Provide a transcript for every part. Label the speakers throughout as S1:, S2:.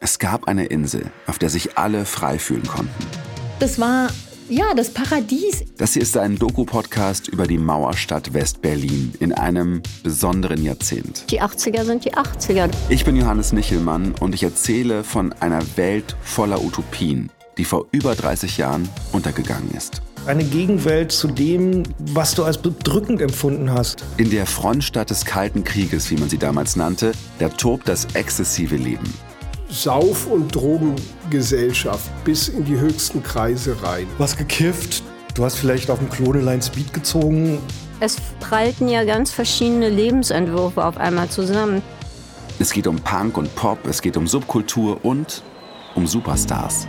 S1: Es gab eine Insel, auf der sich alle frei fühlen konnten.
S2: Das war ja das Paradies.
S1: Das hier ist ein Doku-Podcast über die Mauerstadt West-Berlin in einem besonderen Jahrzehnt.
S3: Die 80er sind die 80er.
S1: Ich bin Johannes Nichelmann und ich erzähle von einer Welt voller Utopien, die vor über 30 Jahren untergegangen ist.
S4: Eine Gegenwelt zu dem, was du als bedrückend empfunden hast.
S1: In der Frontstadt des Kalten Krieges, wie man sie damals nannte, da tobt das exzessive Leben.
S5: Sauf- und Drogengesellschaft bis in die höchsten Kreise rein.
S4: Du hast gekifft, du hast vielleicht auf dem Klonelein Speed gezogen.
S3: Es prallten ja ganz verschiedene Lebensentwürfe auf einmal zusammen.
S1: Es geht um Punk und Pop, es geht um Subkultur und um Superstars.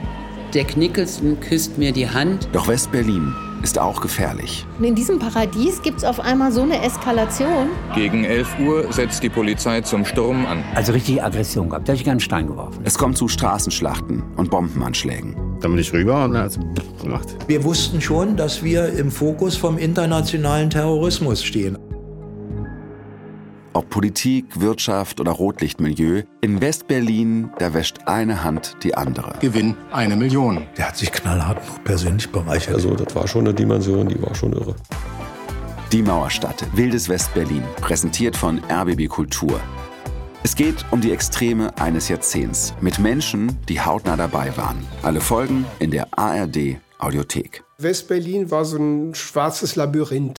S6: Jack Nicholson küsst mir die Hand.
S1: Doch West-Berlin ist auch gefährlich.
S2: Und in diesem Paradies gibt es auf einmal so eine Eskalation.
S7: Gegen 11 Uhr setzt die Polizei zum Sturm an.
S8: Also richtig Aggression gehabt. Da hab ich einen Stein geworfen.
S1: Es kommt zu Straßenschlachten und Bombenanschlägen.
S9: Dann bin ich rüber und hat's gemacht.
S10: Wir wussten schon, dass wir im Fokus vom internationalen Terrorismus stehen.
S1: Ob Politik, Wirtschaft oder Rotlichtmilieu, in West-Berlin, da wäscht eine Hand die andere.
S11: Gewinn eine Million.
S12: Der hat sich knallhart persönlich bereichert.
S13: Also das war schon eine Dimension, die war schon irre.
S1: Die Mauerstadt, wildes West-Berlin, präsentiert von RBB Kultur. Es geht um die Extreme eines Jahrzehnts mit Menschen, die hautnah dabei waren. Alle Folgen in der ARD Audiothek.
S5: West-Berlin war so ein schwarzes Labyrinth.